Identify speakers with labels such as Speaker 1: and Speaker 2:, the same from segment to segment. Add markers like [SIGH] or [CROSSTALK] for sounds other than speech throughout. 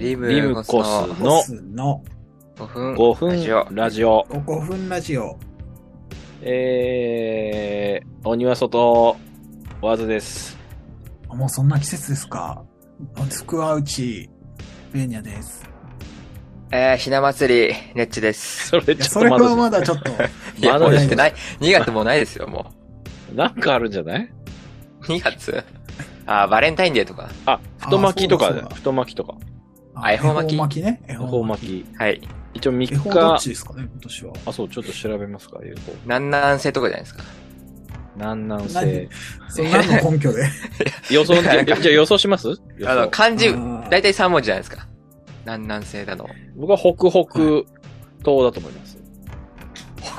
Speaker 1: リム
Speaker 2: リムコスの
Speaker 1: コスの
Speaker 3: 5分。
Speaker 2: 5
Speaker 3: ラジオ
Speaker 2: 分ラジオ。
Speaker 1: 5分ラジオ。
Speaker 2: えー、鬼は外、ワーズです。
Speaker 1: あもうそんな季節ですか。福は内、ベーニャです。
Speaker 3: えー、ひな祭り、ネッチです。
Speaker 2: それ
Speaker 1: い
Speaker 2: ち
Speaker 1: や、
Speaker 2: ょっ
Speaker 1: そ
Speaker 2: と
Speaker 1: れ
Speaker 2: ま
Speaker 1: は
Speaker 2: だ、
Speaker 1: まだ
Speaker 2: [LAUGHS]
Speaker 1: ちょっと。
Speaker 3: いや、
Speaker 2: まだ
Speaker 3: もう
Speaker 2: で
Speaker 3: だっ
Speaker 2: す
Speaker 3: て
Speaker 2: ね
Speaker 3: ない。2月もうないですよ、も。
Speaker 2: なんかあるんじゃないう
Speaker 3: 2月 [LAUGHS] あー、バレンタインデーとか。
Speaker 2: あ、太巻きと
Speaker 1: あ
Speaker 2: か
Speaker 1: そうだそうだ
Speaker 2: 太巻きとか。
Speaker 3: あ恵方巻き
Speaker 1: 恵巻きね。恵
Speaker 2: 恵方巻き。
Speaker 3: はい。
Speaker 2: 一応3
Speaker 1: 恵方どっち
Speaker 2: 日、
Speaker 1: ですかね、今年は。
Speaker 2: あ、そう、ちょっと調べますか、恵方。
Speaker 3: 南南西とかじゃないですか。
Speaker 2: 南南西。
Speaker 1: そう何の根
Speaker 2: [LAUGHS]
Speaker 1: 拠で。
Speaker 2: 予想、じゃ
Speaker 3: な
Speaker 2: あ
Speaker 3: んか
Speaker 2: じゃあ予想します予
Speaker 3: あの、
Speaker 2: 想
Speaker 3: 漢字、
Speaker 1: うん
Speaker 3: だいたい3文字じゃないですか。南南西だの。
Speaker 2: 僕は北北東だと思います。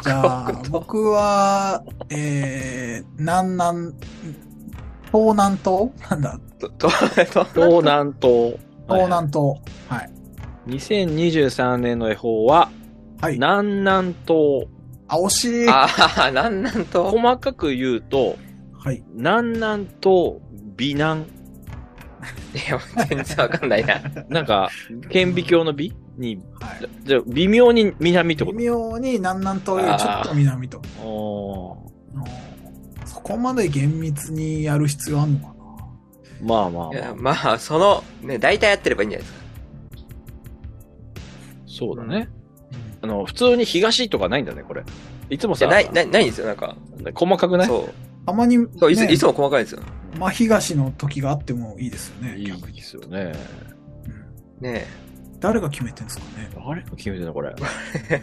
Speaker 1: じゃあ、僕は、えー、南南、東南東なんだ
Speaker 3: と、と、と、
Speaker 2: 東南東。
Speaker 1: 東南東。はい。
Speaker 2: 2023年の恵方は、
Speaker 1: はい。
Speaker 2: 南南東。
Speaker 1: あ、惜しい。は
Speaker 3: [LAUGHS] あー、南南と。
Speaker 2: 細かく言うと、
Speaker 1: い。
Speaker 2: 南南東、美南。
Speaker 3: いや、全然わかんないな。
Speaker 2: なんか、顕微鏡の美に、
Speaker 1: はい。
Speaker 2: じゃあ、微妙に南ってこ
Speaker 1: 微妙に南南東よりちょっと南と。
Speaker 2: とお
Speaker 1: あーそこまで厳密にやる必要あんのか
Speaker 2: ーまあまあま
Speaker 3: いや
Speaker 2: あ。
Speaker 3: まあ、その、ね、大体やってればいいんじゃないですか。
Speaker 2: そうだね。
Speaker 1: な、
Speaker 2: あの、普通に東とかないんだね、これ。いつも
Speaker 3: じ
Speaker 2: さ
Speaker 3: ゃ、ない、ない、ないんですよ、なんか。
Speaker 2: 細かくない
Speaker 3: そう。
Speaker 1: たまに、
Speaker 3: そう、いつ、
Speaker 1: ね
Speaker 3: いつも細かいんですよ。
Speaker 1: 真東の時があってもいいですよね。
Speaker 2: いい
Speaker 1: 逆に
Speaker 2: ですよね。
Speaker 1: うん
Speaker 3: ね
Speaker 1: 誰が決めてんですかね。
Speaker 2: あれ決めてんの、これ。
Speaker 3: え。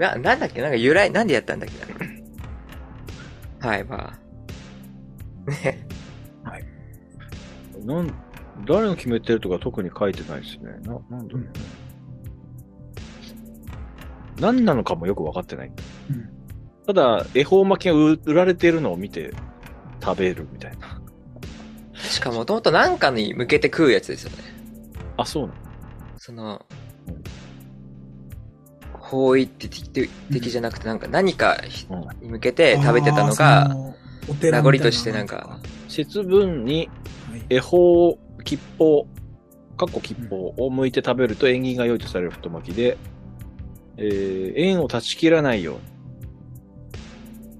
Speaker 3: な、なんだっけなんか由来、なんでやったんだっけな。はい、まあ。ね
Speaker 2: なん、誰の決めてるとか特に書いてないですね。な、なんだろうね。何なのかもよく分かってない。
Speaker 1: うん
Speaker 2: ただ、恵方巻きが売売られてるのを見て食べるみたいな。
Speaker 3: しかも、もともとなんかに向けて食うやつですよね。
Speaker 2: あ、そうな
Speaker 3: その
Speaker 2: うん、
Speaker 3: 方位って的的じゃなくて、なんか何かひ
Speaker 2: の、うん、
Speaker 3: に向けて食べてたの
Speaker 1: あーそ
Speaker 3: が、
Speaker 1: のお寺
Speaker 3: 名
Speaker 1: みた
Speaker 3: 残と
Speaker 1: いな
Speaker 3: してなんか、
Speaker 2: 節分に
Speaker 1: はい
Speaker 2: 恵方吉報、かっこ吉報を向いて食べると縁起が良いとされる太巻きで、えー、縁を断ち切らないように、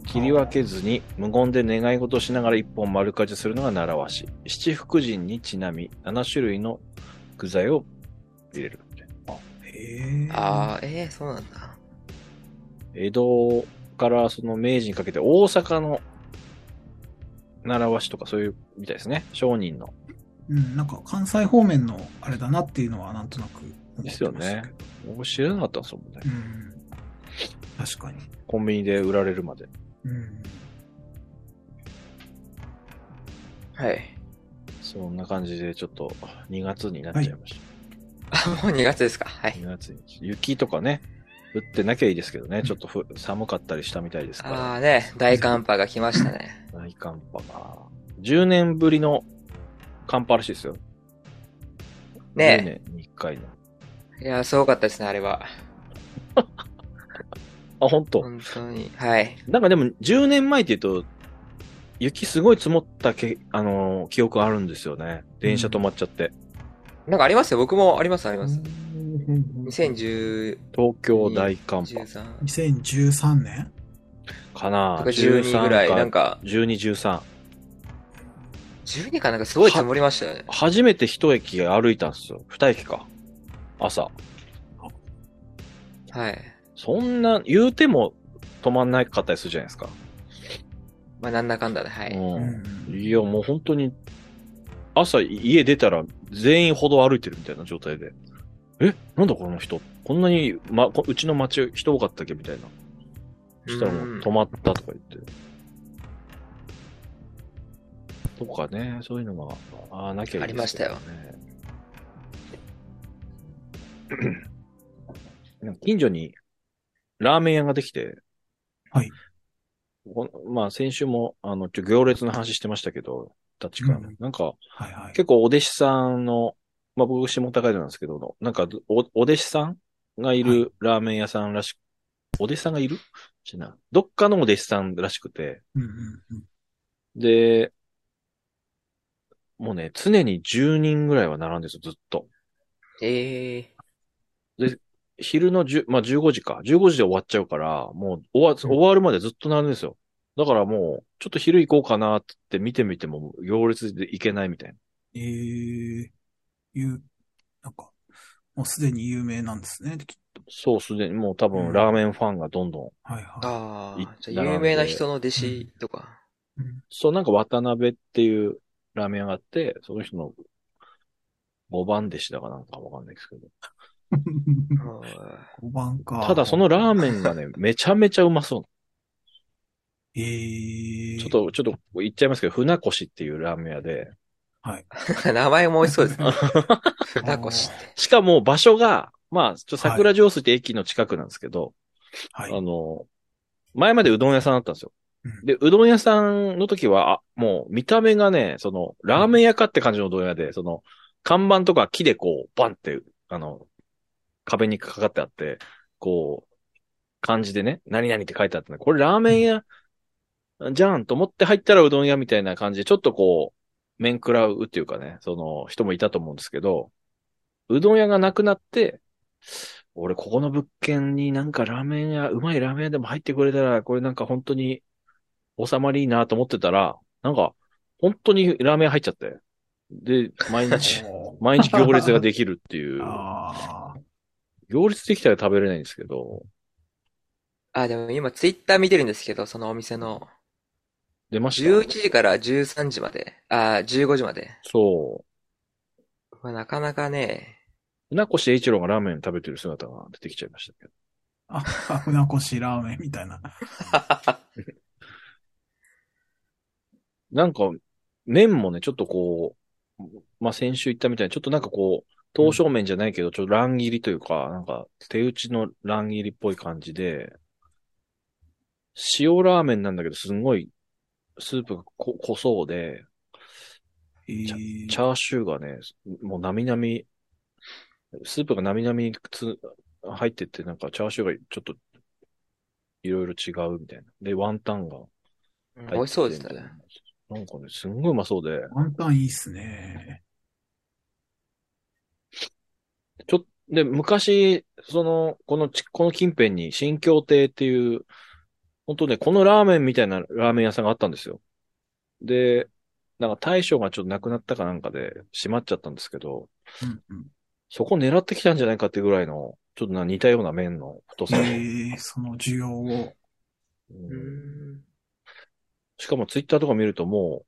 Speaker 2: 切り分けずに無言で願い事をしながら一本丸かじするのが習わし。七福神にちなみ、7種類の具材を入れるみたいな。
Speaker 1: へー
Speaker 3: ああ、ええそうなんだ。
Speaker 2: 江戸からその明治にかけて大阪の習わしとかそういうみたいですね。商人の。
Speaker 1: うん、なんか関西方面のあれだなっていうのはなんとなく思ってま
Speaker 2: で
Speaker 1: し
Speaker 2: すよ
Speaker 1: たけど
Speaker 2: ね。僕知らなかったんですもんね
Speaker 1: う。ん。確かに。
Speaker 2: コンビニで売られるまで。
Speaker 1: うん。
Speaker 3: はい。
Speaker 2: そんな感じで、ちょっと2月になっちゃいまし
Speaker 3: あ、もう2月ですか。は
Speaker 2: た。
Speaker 3: い。
Speaker 2: 2月に。雪とかね、降ってなきゃいいですけどね、ちょっとふ寒かったりしたみたいです
Speaker 3: あ
Speaker 2: か
Speaker 3: あね、大寒波が来ましたね。
Speaker 2: ら、大寒波が。10年ぶりの寒波らしいですよ。10
Speaker 3: ね
Speaker 2: 年に1回の。
Speaker 3: え。いや、すごかったですね、あれは。
Speaker 2: あ、本当。
Speaker 3: 本当に。はい。
Speaker 2: なんかでも10年前って言うと、雪すごい積もったけ、あのー記憶あるんですよね。電車止まっちゃって。
Speaker 3: なんかありますよ。僕もあります、あります。
Speaker 1: 2013
Speaker 3: 2013
Speaker 2: 東京大寒波
Speaker 1: 年
Speaker 2: かな
Speaker 3: とか12ぐらい、なんか、
Speaker 2: 12、13。
Speaker 3: 12かなんかすごい積もりましたよね。
Speaker 2: 初めて一駅歩いたんですよ。二駅か。朝。
Speaker 3: はい。
Speaker 2: そんな、言うても止まんないかったりするじゃないですか。
Speaker 3: まあ、なんだかんだで、はい。
Speaker 2: う
Speaker 1: うん
Speaker 2: ん。いや、もう本当に、朝家出たら全員歩道歩いてるみたいな状態で。えなんだこの人こんなに、ま、こうちの町人多かったっけみたいな。そしたらもう止まったとか言って。とかね、そういうのが、ああ、なきゃいいですけどね、
Speaker 3: あ
Speaker 2: なんか近所にラーメン屋ができて、
Speaker 1: はい
Speaker 2: この。まあ先週も、あの、ちょ行列の話してましたけど、立川の、
Speaker 1: うん
Speaker 2: なんか、
Speaker 1: はいはい。
Speaker 2: 結構お弟子さんの、まあ僕下高井戸なんですけど、なんかお、お弟子さんがいるラーメン屋さんらしく、お弟子さんがいるしな。どっかのお弟子さんらしくて、
Speaker 1: うんうんうん
Speaker 2: で、もうね、常に10人ぐらいは並んでるんですよ、ずっと。
Speaker 3: ええ
Speaker 2: 昼の10、まあ、15時か。15時で終わっちゃうから、もう終わ、終わるまでずっと並んでるんですよ。だからもう、ちょっと昼行こうかなって見てみても、行列で行けないみたいな。
Speaker 1: えー、いう、なんか、もうすでに有名なんですね、きっと。
Speaker 2: そうすでに、もう多
Speaker 1: うん
Speaker 2: 分ラーメンファンがどんどん。
Speaker 1: はいは
Speaker 3: あ
Speaker 2: い
Speaker 3: あ、じゃあ有名な人の弟子とか。
Speaker 1: い。うん
Speaker 2: そう、なんか渡辺っていうラーメン屋があって、その人の5番弟子だかなんかわかんないですけど。
Speaker 3: あ
Speaker 1: 5番か。
Speaker 2: ただそのラーメン
Speaker 1: [LAUGHS]
Speaker 2: がね、めちゃめちゃうまそう。
Speaker 1: えー、
Speaker 2: ちょっ、と、ちょっと言っちゃいますけど、船越っていうラーメン屋で、
Speaker 3: ー [LAUGHS] 名前も美味しそうで
Speaker 2: [LAUGHS]
Speaker 3: すね。船越って。
Speaker 2: しかも場所が、まあ、ちょ桜上水って駅の近くなんですけど、
Speaker 1: は
Speaker 2: あ
Speaker 1: い。
Speaker 2: の、前までうどん屋さんだったんですよ
Speaker 1: うん。、
Speaker 2: で、うどん屋さんの時は、あ、もう見た目がね、その、ラーメン屋かって感じのうどん屋で、その、看板とか木でこう、バンって、あの、壁にかかってあって、こう、漢字でね、何々って書いてあったんで、これラーメン屋、じゃんと思って入ったらうどん屋みたいな感じで、ちょっとこう、面食らうっていうかね、その、人もいたと思うんですけど、うどん屋がなくなって、俺、ここの物件になんかラーメン屋、うまいラーメン屋でも入ってくれたら、これなんか本当に収まりいいなと思ってたら、なんか、本当にラーメン屋入っちゃって。で、毎日
Speaker 1: [LAUGHS] おー
Speaker 2: 毎日行列ができるっていう。
Speaker 1: [LAUGHS] あー
Speaker 2: 行列できたら食べれないんですけど、
Speaker 3: あ、でも今ツイッター見てるんですけど、そのお店の。
Speaker 2: 出ました
Speaker 3: 11時から13時まで。あー、15時まで。
Speaker 2: そ
Speaker 3: まあなかなかね、
Speaker 2: う。船越英一郎がラーメン食べてる姿が出てきちゃいましたけど。
Speaker 1: あ、船越ラーメンみたいな。
Speaker 2: なんか、麺もね、ちょっとこう、まあ、先週言ったみたいに、ちょっとなんかこう、刀削麺じゃないけど、ちょっと乱切りというか、なんか、手打ちの乱切りっぽい感じで、塩ラーメンなんだけど、すんごい、スープがこ濃そうで、
Speaker 1: えー、
Speaker 2: チャーシューがね、もうなみなみ、スープがなみなみつ入ってって、なんかチャーシューがちょっと、いろいろ違うみたいな。で、ワンタンが入
Speaker 3: うん
Speaker 2: ってて
Speaker 3: 美味しそうですね。。
Speaker 2: なんかね、すんごいうまそうで、
Speaker 1: ワンタンいいっすね。
Speaker 2: ちょっで、昔、その、このち、この近辺に新京亭っていう、本当ね、このラーメンみたいなラーメン屋さんがあったんですよ。で、なんか大将がちょっと亡くなったかなんかで閉まっちゃったんですけど、
Speaker 1: うんうん
Speaker 2: そこ狙ってきたんじゃないかってぐらいの、ちょっとな似たような麺の太さ
Speaker 1: え
Speaker 2: の、
Speaker 1: ー、その需要を。
Speaker 3: う
Speaker 2: うん
Speaker 3: ん。
Speaker 2: しかもツイッターとか見るとも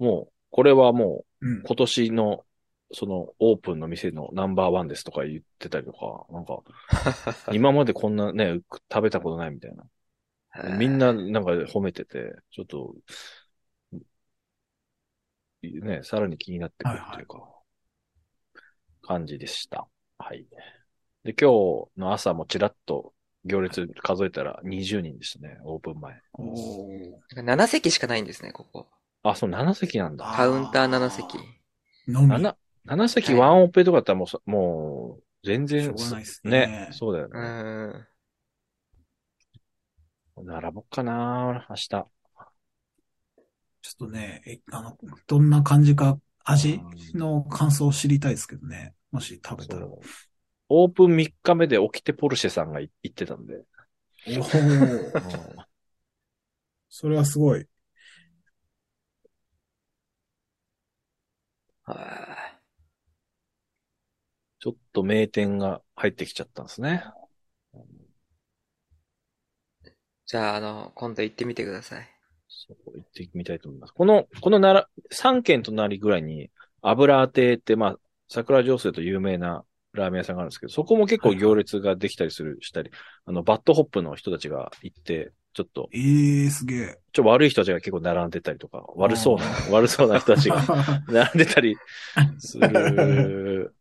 Speaker 2: う、もう、これはも
Speaker 1: うん
Speaker 2: う。今年の、そのオープンの店のナンバーワンですとか言ってたりとか、なん
Speaker 1: [LAUGHS]
Speaker 2: か、今までこんなね、食べたことないみたいな。みん
Speaker 3: な。
Speaker 2: ななんか褒めてて、ちょっと、ね、さらに気になってくるっていうか、感じでした。はい。で、今日の朝もちらっと行列数えたら20人でしたね、オープン前。
Speaker 1: おー
Speaker 3: なんか7席しかないんですね、ここ。
Speaker 2: あ、そう、7席なんだ。
Speaker 3: カウンター7席。
Speaker 1: のみ。
Speaker 2: 7、7席ワンオペとかだったらもうそ、もう、全
Speaker 1: しょ
Speaker 2: 然
Speaker 1: うがないっすね
Speaker 2: ね、そうだよ
Speaker 3: う
Speaker 2: ね。
Speaker 3: ん。
Speaker 2: 並ぼっかな明日。
Speaker 1: ちょっとね、えあの、どんな感じか、味の感想を知りたいですけどね。もし食べたら。お
Speaker 2: そうオープン3日目で起きてポルシェさんがい行ってたんで。
Speaker 1: ー [LAUGHS] それはすごい。
Speaker 3: は
Speaker 2: ちょっと名店が入ってきちゃったんですね。
Speaker 3: いじゃあ、あの、今度行ってみてください。
Speaker 2: そう、行ってみたいと思います。この、このなら、3軒隣ぐらいに、油当てって、まあ、桜上水と有名なラーメン屋さんがあるんですけど、そこも結構行列ができたりする、したり、あの、バッドホップの人たちが行って、ちょっと、
Speaker 1: ええー、すげえ。
Speaker 2: ちょっと悪い人たちが結構並んでたりとか、悪そうな、悪そうな人たちが並んでたりする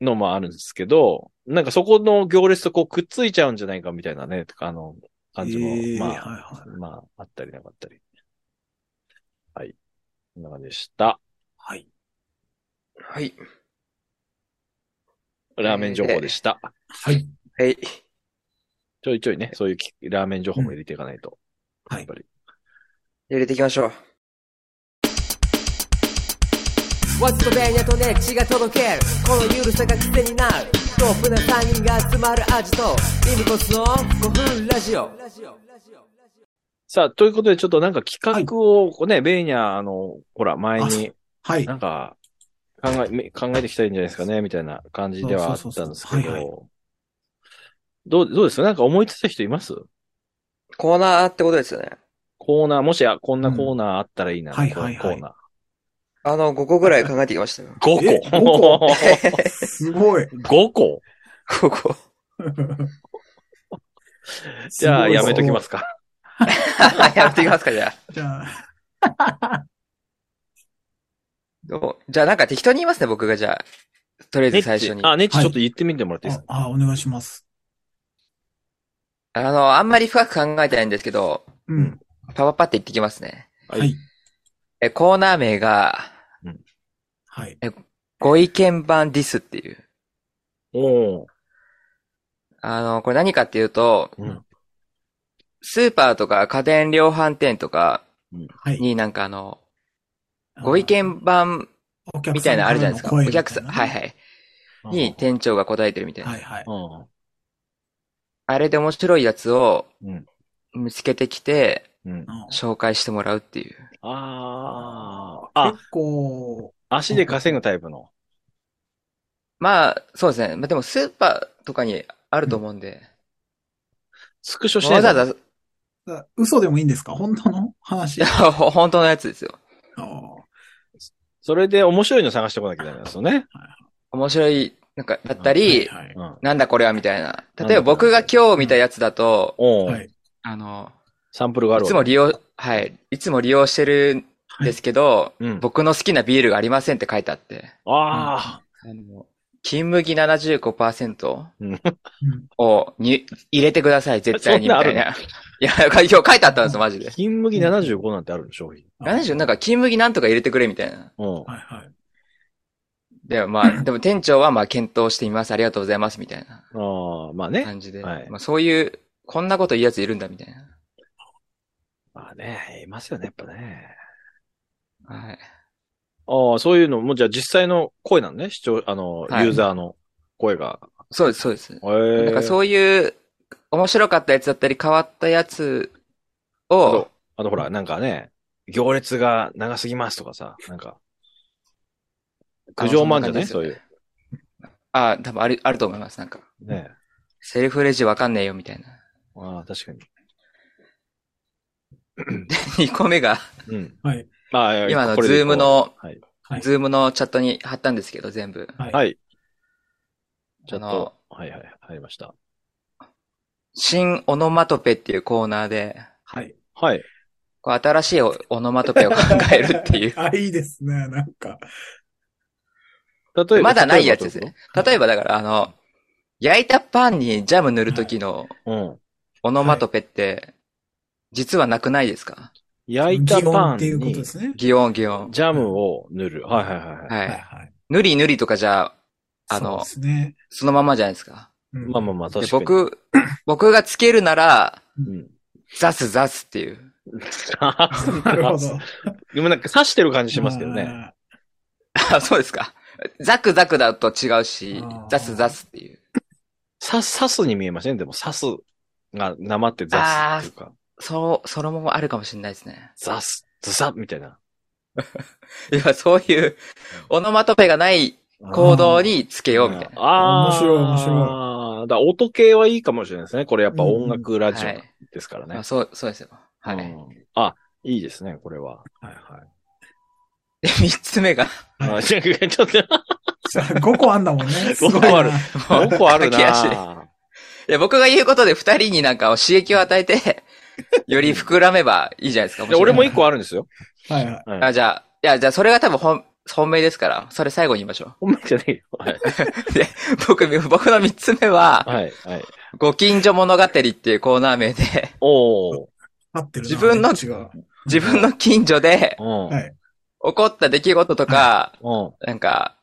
Speaker 2: のもあるんですけ
Speaker 1: [LAUGHS]
Speaker 2: ど、なんかそこの行列とこうくっついちゃうんじゃないかみたいなね、とかあの、感じも、
Speaker 1: ええ
Speaker 2: ま
Speaker 1: はい
Speaker 2: あ、
Speaker 1: は
Speaker 2: まあ、あったりなかったり。はい。こんな感じでした。
Speaker 1: い。はい。
Speaker 3: はい。
Speaker 2: ラーメン情報でした。
Speaker 1: はい。
Speaker 3: はい。
Speaker 2: ちょいちょいね、そういうきラーメン情報も入れていかないと。
Speaker 1: うんはい
Speaker 2: やっぱり。
Speaker 3: 入れていきましょう。
Speaker 4: わずと便やとね血が届けるこのゆるさが癖になるトップな3人が集まる味とリムコスの5分ラジオ
Speaker 2: さあ、ということで、ちょっとなんか企画を、こうね、ベーニャ、あの、ほら、前に、
Speaker 1: は
Speaker 2: [LAUGHS]
Speaker 1: い
Speaker 2: な。んか、考えめ、考えてきたらいいんじゃないですかね、みたいな感じではあ
Speaker 1: そ
Speaker 2: っ
Speaker 1: うそう
Speaker 2: た
Speaker 1: そ
Speaker 2: んです
Speaker 1: うそう
Speaker 2: け
Speaker 1: はいはい
Speaker 2: ど、どう、どうですかなんか思いついた人います
Speaker 3: コーナーってことですよね。
Speaker 2: コーナー、もし、あ、こんなコーナーあったらいいな、
Speaker 1: うんはい
Speaker 2: この
Speaker 1: はい
Speaker 2: コ
Speaker 1: はい
Speaker 2: ーナ
Speaker 3: あの、5個ぐらい考えてきま
Speaker 4: [LAUGHS]
Speaker 3: したよ。
Speaker 2: ー。
Speaker 1: え
Speaker 2: 5個
Speaker 1: [LAUGHS] す
Speaker 2: [LAUGHS]
Speaker 1: ごい。
Speaker 2: !5 個
Speaker 3: 5個。
Speaker 2: じゃあ、やめときますすか。
Speaker 3: [LAUGHS] やっていきますか、じゃあ。
Speaker 1: ごい。じゃあ、
Speaker 3: どうじゃあなんか適当に言いますね、僕がじゃあ。とりあえ
Speaker 2: ネ
Speaker 3: ず
Speaker 2: ッ
Speaker 3: 最
Speaker 2: チ
Speaker 3: 初、に。あ
Speaker 2: あ、ネッチ
Speaker 1: はい
Speaker 2: ちょっと言ってみてもらっていいですか
Speaker 1: あ、あお願いします。
Speaker 3: の、あんまり深く考えてないんですけど、
Speaker 1: うん。
Speaker 3: パパパって言ってきますね。
Speaker 2: は
Speaker 1: はいい。
Speaker 3: え、コーナー名が、
Speaker 1: はい。
Speaker 3: ご意見版ディスっていう。
Speaker 2: おー
Speaker 3: あの、これ何かっていうと、
Speaker 2: うん
Speaker 3: スーパーとか家電量販店とか
Speaker 1: はい。
Speaker 3: になんかあの、ご意見版みたいなのあるじゃないですか。お客さん、はいはい。に店長が答えてるみたいな。
Speaker 1: はいはい。
Speaker 2: うん
Speaker 3: あれで面白いやつを
Speaker 2: うん
Speaker 3: 見つけてきて、
Speaker 2: うん。
Speaker 3: 紹介してもらうっていう。
Speaker 2: ああ、あ
Speaker 1: 結、構、
Speaker 2: 足で稼ぐタイプの。
Speaker 3: まあ、そうですね。まあでもスーパーとかにあると思うんで、
Speaker 2: スクショし
Speaker 3: わざ
Speaker 2: な
Speaker 3: わ
Speaker 2: いの
Speaker 3: ざ、い
Speaker 1: 嘘でもいいんですか本当の
Speaker 3: [LAUGHS]
Speaker 1: 話
Speaker 3: や、。ほ本当のやつですよ。
Speaker 1: あー
Speaker 2: それで面白いの探してこなきゃダメなんですよね。
Speaker 3: 面白い、なんか、だったり、
Speaker 1: はいはい
Speaker 2: うん。
Speaker 3: なんだこれはみたいな。
Speaker 2: だ
Speaker 3: 例えば僕が今日見たやつだと、
Speaker 2: お
Speaker 1: は
Speaker 2: ー
Speaker 1: い。
Speaker 3: あの、
Speaker 2: サンプルがある
Speaker 3: い
Speaker 2: わ
Speaker 3: つも利用、はい、いつも利用してるんですけど、
Speaker 2: うん。
Speaker 3: 僕の好きなビールがありませんって書いてあって、
Speaker 2: ああ、
Speaker 3: あの、金麦75%
Speaker 2: うん
Speaker 1: うん
Speaker 3: をに入れてください、絶対に、
Speaker 2: そん
Speaker 3: み
Speaker 2: なあ
Speaker 3: た
Speaker 2: る
Speaker 3: いな。いや、今日書いてあったんですよ、マジで。
Speaker 2: 金麦75なんてあるの、商品。
Speaker 3: 70、なんか金麦なんとか入れてくれ、みたいな。
Speaker 2: うん。
Speaker 1: はいはい。
Speaker 3: で、まあ、でも店長はまあ検討してみます、ありがとうございます、みたいな
Speaker 2: ああ、まあね。
Speaker 3: 感じで。
Speaker 2: はい
Speaker 3: まあそういう、こんなこと言うやついるんだ、みたいな。
Speaker 2: まあね、いますよね、やっぱね。
Speaker 3: はい。
Speaker 2: ああ、そういうのも、じゃあ実際の声なのね、視聴、あの、
Speaker 3: はい
Speaker 2: ユーザーの声が。
Speaker 3: そうです、そうです。
Speaker 2: ええ。
Speaker 3: なんかそういう、面白かったやつだったり、変わったやつ
Speaker 2: そう
Speaker 3: を、
Speaker 2: あの、ほら、なんかね、行列が長すぎますとかさ、なんか、
Speaker 3: あの
Speaker 2: 苦情もあるんじゃない
Speaker 3: そ
Speaker 2: そ
Speaker 3: ん
Speaker 2: う
Speaker 3: な感
Speaker 2: い
Speaker 3: じで
Speaker 2: う。
Speaker 3: あ多分ある、あると思います、なんか。
Speaker 2: ね。
Speaker 3: セルフレジわかんねえよ、みたいな。 [LAUGHS]
Speaker 2: ああ、確かに。
Speaker 3: 2個目が、
Speaker 2: うん。
Speaker 1: はい。
Speaker 2: まあ、
Speaker 3: 今の
Speaker 2: これ
Speaker 3: ズ
Speaker 2: で
Speaker 3: ームの、
Speaker 2: はい。
Speaker 1: はい
Speaker 3: ズームのチャットに貼ったんですけど、全部。
Speaker 1: はい。
Speaker 2: はい。ちょ
Speaker 3: あ
Speaker 2: っと
Speaker 3: の、、
Speaker 2: はいはい、入りました。
Speaker 3: 新オノマトペっていうコーナーで、
Speaker 1: はい。。
Speaker 2: はい。
Speaker 3: こう新しいオオノマトペを考えるっていう
Speaker 1: [LAUGHS]
Speaker 2: [LAUGHS]
Speaker 1: あ、いいですね。なんか。
Speaker 2: 例えば。
Speaker 3: まだないやつです
Speaker 2: 例え
Speaker 3: ね。例えばだから、あの、焼いたパンにジャム塗る時の
Speaker 2: ばどうぞ。うん。
Speaker 3: オノマトペって、実はなくないですか
Speaker 2: 焼いた
Speaker 1: 擬音
Speaker 2: パン
Speaker 1: っていうこと
Speaker 2: に
Speaker 1: ですね。
Speaker 3: 擬音擬音。
Speaker 2: ジャムを塗る。はいはいはいはい。
Speaker 3: は
Speaker 1: はい
Speaker 3: い。
Speaker 1: はい。
Speaker 3: ぬりぬりとかじゃ、あの
Speaker 1: そうですね。
Speaker 3: そのままじゃないですか。
Speaker 1: うん
Speaker 2: まあまあまあ、
Speaker 3: で
Speaker 2: 確かに。 [CLEARS THROAT]
Speaker 3: 僕、僕がつけるなら、
Speaker 2: うん。
Speaker 3: ザスザスっていう。 [LAUGHS]
Speaker 1: なるほど。
Speaker 2: [LAUGHS] でもなんか刺してる感じしますけどね。
Speaker 1: あ
Speaker 3: あ、そうですか。ザクザクだと違うし
Speaker 1: あー、
Speaker 3: ザスザスっていう。
Speaker 2: 刺す、刺すに見えませんでも刺すが生ってザスっていうか、
Speaker 3: そう、そのままあるかもしれないですね。 [LAUGHS]
Speaker 2: ザス、ズサみたいな。
Speaker 3: いや、そういう、オノマトペがない行動につけようみたいな。
Speaker 2: ああ。
Speaker 1: 面白い面
Speaker 2: 白い。だから音系はいいかもしれないですね。これやっぱ音楽ラジオ
Speaker 3: はい
Speaker 2: ですからね
Speaker 3: まあ、。そう、そうですよ。はい。
Speaker 2: うんあ、いいですね、これは。
Speaker 1: ーはいは
Speaker 3: [LAUGHS] で、三つ
Speaker 2: [LAUGHS]
Speaker 3: 目が、
Speaker 2: あちょっと、ちょっと、
Speaker 1: い。5個あん
Speaker 3: [LAUGHS]
Speaker 1: だもんね。すごい
Speaker 2: 五個ある
Speaker 1: な
Speaker 3: もう
Speaker 2: 5個ある [LAUGHS]
Speaker 3: 駆け足で
Speaker 2: ない
Speaker 3: や、僕が言うことで二人になんかを刺激を与
Speaker 2: [LAUGHS]
Speaker 3: えて、より膨らめばいいじゃないですか。
Speaker 2: で俺も
Speaker 3: い
Speaker 2: 1個あるんですよ。
Speaker 1: はいはい。
Speaker 2: はい
Speaker 3: あ、じゃあ、いや、じゃあそれが多分本、本命ですから、それ最後に言いましょ
Speaker 2: [LAUGHS] ほんまじゃねえよ。はい。
Speaker 3: う。 [LAUGHS] で、僕、僕の三つ目は、
Speaker 2: はい。はい。
Speaker 3: ご近所物語っていうコーナー名で、
Speaker 2: おー。
Speaker 1: 合ってるな。
Speaker 3: 自分の
Speaker 1: 違う。
Speaker 3: 自分の近所で
Speaker 2: うん。
Speaker 1: はい。
Speaker 3: 起こった出来事とか、
Speaker 2: うん。
Speaker 3: なんか、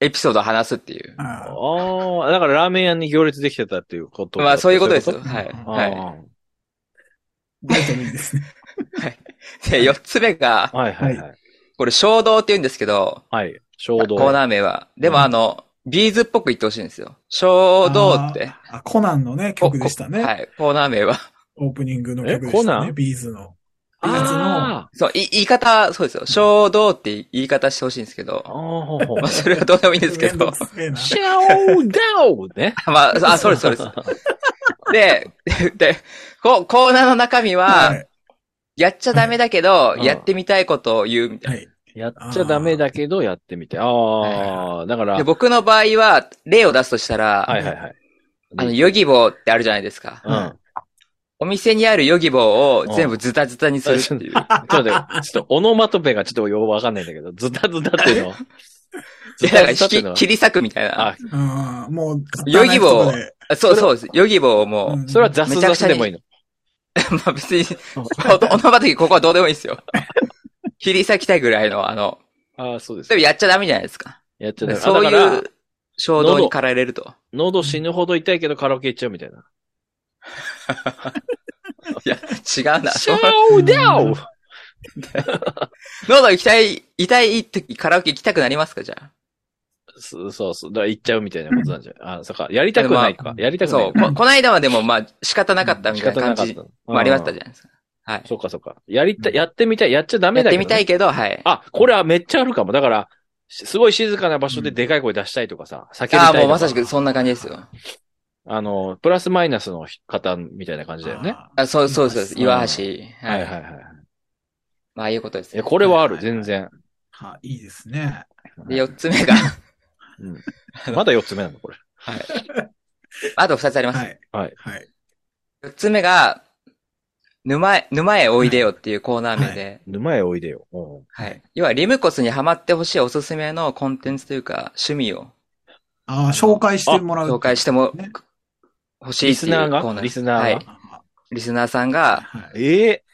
Speaker 3: エピソードを話すっていう。
Speaker 1: あ
Speaker 2: ああ、だからラーメン屋に行列できてたっていうこと
Speaker 3: まあ、そういうことです
Speaker 2: そ
Speaker 3: よ。はい。
Speaker 2: あ
Speaker 3: は
Speaker 2: ー
Speaker 3: い。
Speaker 1: ー。大丈夫いいですね。
Speaker 3: で、四つ目が、
Speaker 2: はいはいはい。
Speaker 3: これ衝動って言うんですけど、
Speaker 2: はい。衝動。
Speaker 3: コーナー名は。で
Speaker 1: う
Speaker 3: も
Speaker 1: ん
Speaker 3: あの、ビーズっぽく言ってほしいんですよ。衝動って。
Speaker 1: あー。あコナンのね、曲でした
Speaker 3: ここ
Speaker 1: ね。
Speaker 3: はい。コーナー名は。
Speaker 1: オープニングの曲で
Speaker 2: えコ
Speaker 1: し
Speaker 2: ナ
Speaker 1: たね。
Speaker 2: ン
Speaker 1: ビーズの。ビーズの。
Speaker 2: あ
Speaker 3: そう、い言い方、そうですよ。衝動って言い方してほしいんですけ
Speaker 2: ーあー。
Speaker 3: ど。
Speaker 2: ほうほう
Speaker 3: [LAUGHS] まあ、それはどうでもいいんですけ
Speaker 1: めん
Speaker 3: ど
Speaker 1: ど。くせえな
Speaker 2: シャオダオね。
Speaker 3: まあ、あ、そうです、そうです。で、 [LAUGHS] で、こコーナーの中身は、
Speaker 1: はい
Speaker 3: やっちゃダメだけど、
Speaker 2: うん
Speaker 3: やってみたいことを言うみた
Speaker 1: はい
Speaker 2: [LAUGHS]
Speaker 1: い。
Speaker 2: やっちゃダメだけど、やってみて。ああ、だか
Speaker 3: な。
Speaker 2: ら、は
Speaker 3: で
Speaker 2: い
Speaker 3: 僕の場合は、例を出すとしたら、
Speaker 2: はいはい。
Speaker 3: あの、ヨギボーってあるじゃないですか。
Speaker 2: うん。
Speaker 3: [LAUGHS]
Speaker 2: ち
Speaker 3: お店にあるヨギボーを全部ズタズ
Speaker 2: [LAUGHS]
Speaker 3: タにするっていう。
Speaker 2: ょっと待って、ちょっとオノマトペがちょっとよくわかんないんだけど、ズタズタ
Speaker 3: [LAUGHS]
Speaker 2: っていうの。ズタ
Speaker 3: いや、だから
Speaker 2: ズタっていうの
Speaker 3: [LAUGHS] 引き、切り裂くみたいな
Speaker 2: あ。、
Speaker 1: うん、もう、
Speaker 3: ヨギボーあそうそうです。ヨギボーを
Speaker 1: う
Speaker 3: も
Speaker 1: ん
Speaker 2: それは雑雑でもいいの。
Speaker 3: う、 [LAUGHS] まあ別に、お [LAUGHS] のばときここはどうでもいいですよ。 [LAUGHS] 切り裂きたいぐらいの、あの、
Speaker 2: ああ、そうです
Speaker 3: で。もやっちゃダメじゃないですか。
Speaker 2: やっちゃダメ。あ
Speaker 3: そう
Speaker 2: だから
Speaker 3: いう衝動に駆られると。
Speaker 2: 喉死ぬほど痛いけどカラオケ行っちゃうみたいな。
Speaker 3: いや、 [LAUGHS] 違う [LAUGHS] な。
Speaker 2: シャオダオ
Speaker 3: 喉行きたい、痛い時カラオケ行きたくなりますかじゃあ。
Speaker 2: そう [LAUGHS] そうそう。だから行っちゃうみたいなことなんじゃないあ、そっか。やりたくない
Speaker 1: ま
Speaker 2: か。
Speaker 1: あ
Speaker 2: やりたくな
Speaker 3: そ。。
Speaker 2: いう
Speaker 3: [LAUGHS] こ、この間はでもまあ仕方なかったみ
Speaker 2: 仕
Speaker 3: たい
Speaker 2: 方
Speaker 3: な
Speaker 2: な
Speaker 3: 感
Speaker 2: かっ
Speaker 3: じ
Speaker 2: たの。
Speaker 3: もありましたじ
Speaker 2: ゃん。
Speaker 3: ゃないですか。はい。
Speaker 2: そっかそっか。やりた、やってみたい。やっちゃダメ
Speaker 3: や
Speaker 2: だけ
Speaker 3: って
Speaker 2: どね。
Speaker 3: みたいけど、はい。
Speaker 2: あ、これはめっちゃあるかも。だから、しすごい静かな場所ででかい声出したいとかさ、叫びたい
Speaker 3: あ
Speaker 2: と
Speaker 3: あ、
Speaker 2: か。
Speaker 3: もうまさしくそんな感じですよ。
Speaker 2: あの、プラスマイナスの方みたいな感じだよね。
Speaker 1: あー
Speaker 3: あそうそうそうです。
Speaker 2: うん
Speaker 3: 岩橋。
Speaker 2: は
Speaker 3: はいい
Speaker 2: は
Speaker 3: はいい。
Speaker 2: はい。
Speaker 3: まあ、ああいうことです
Speaker 2: いや、
Speaker 3: ね。
Speaker 2: これはある、
Speaker 1: はいはい
Speaker 2: 全然。
Speaker 1: あいいですね。
Speaker 3: で、四つ目が、
Speaker 2: うんまだ四つ目なの、こ
Speaker 3: [LAUGHS]
Speaker 2: れ。
Speaker 3: はい。 [LAUGHS] あと二つありま
Speaker 1: は
Speaker 3: す。
Speaker 1: い。
Speaker 2: はい。
Speaker 1: はい。
Speaker 3: 四つ目が、沼へ、沼へおいでよっていうコーナー名で、
Speaker 2: 沼へおいでよ。うん
Speaker 3: はい。要は、リムコスにハマってほしいおすすめのコンテンツというか、趣味を
Speaker 1: ああ、紹介してもらう。
Speaker 3: 紹介しても
Speaker 1: ね
Speaker 3: 欲しい
Speaker 2: リ
Speaker 3: って
Speaker 2: ス
Speaker 3: いうコ
Speaker 2: ナ
Speaker 3: ー
Speaker 2: ー
Speaker 3: ナー。
Speaker 2: がリスナー
Speaker 3: は
Speaker 2: が
Speaker 3: い。
Speaker 1: あ
Speaker 3: リスナーさん
Speaker 1: ー
Speaker 3: が、
Speaker 1: はい。
Speaker 2: ええ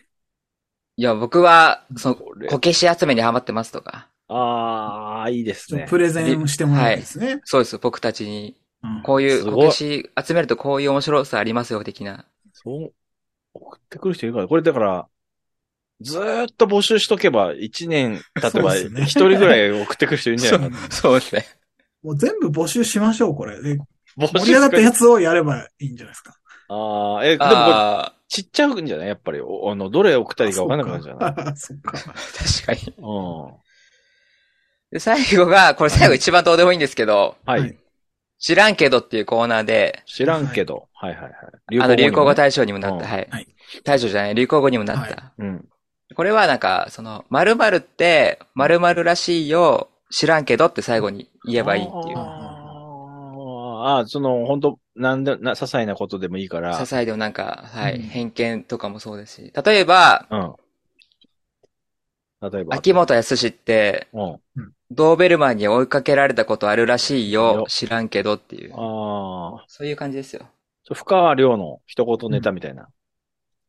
Speaker 3: いや、僕は、その、
Speaker 2: これ
Speaker 3: こけし集めにハマってますとか。
Speaker 2: ああ、いいです
Speaker 1: ちょっ
Speaker 2: ね
Speaker 1: と。プレゼンしてもらうんですね。
Speaker 3: そうです、僕たちに。
Speaker 1: うん
Speaker 3: こうい
Speaker 2: す
Speaker 3: う、
Speaker 2: ごい
Speaker 3: こけし集めるとこういう面白さありますよ、的な。
Speaker 2: そう、送ってくる人いるから、これだから、ずーっと募集しとけば、一年経てば、
Speaker 1: そうですね
Speaker 2: 一人ぐらい送ってくる人いるんじゃないかな
Speaker 3: そうですね。
Speaker 1: もう全部募集しましょう、これ。で、
Speaker 2: 募
Speaker 1: 盛り上がったやつをやればいいんじゃないですか。
Speaker 2: ああ、 [LAUGHS] え、でもこれ
Speaker 3: ああ、
Speaker 2: ちっちゃうんじゃないやっぱり、おあの、どれ送ったらいいか分かんなくなるんじゃない
Speaker 1: い [LAUGHS] そっか。
Speaker 3: 確かに。
Speaker 2: うん。は
Speaker 3: で、最後が、これ最後一番どうでもいいんですけど、
Speaker 2: い。
Speaker 1: はい
Speaker 3: 知らんけどっていうコーナーで、
Speaker 2: 知らんけど、はい、はいはいはい
Speaker 3: あの、流行語
Speaker 2: 大
Speaker 3: 大賞にもなっ
Speaker 2: うん
Speaker 3: た。はい
Speaker 1: はい。
Speaker 3: 大賞じゃない、流行語にもなっ
Speaker 1: は
Speaker 3: た。
Speaker 2: うん。
Speaker 3: これはなんか、その、〇〇って、〇〇らしいよ、知らんけどって最後に言えばいいっていう。
Speaker 2: あーあー、その、本当なんで、な、些細なことでもいいから
Speaker 3: 些、細でもなんか、は
Speaker 1: う
Speaker 3: い、
Speaker 1: ん
Speaker 3: 偏見とかもそうですし。例えば、
Speaker 2: うん。例えば、
Speaker 3: 秋元康って、
Speaker 2: うん。あ
Speaker 3: ドーベルマンに追いかけられたことあるらしい
Speaker 2: よ
Speaker 3: よ、知らんけどっていう。
Speaker 2: あ
Speaker 3: そういう感じですよ。
Speaker 2: ー、深川亮の一言ネタみたいな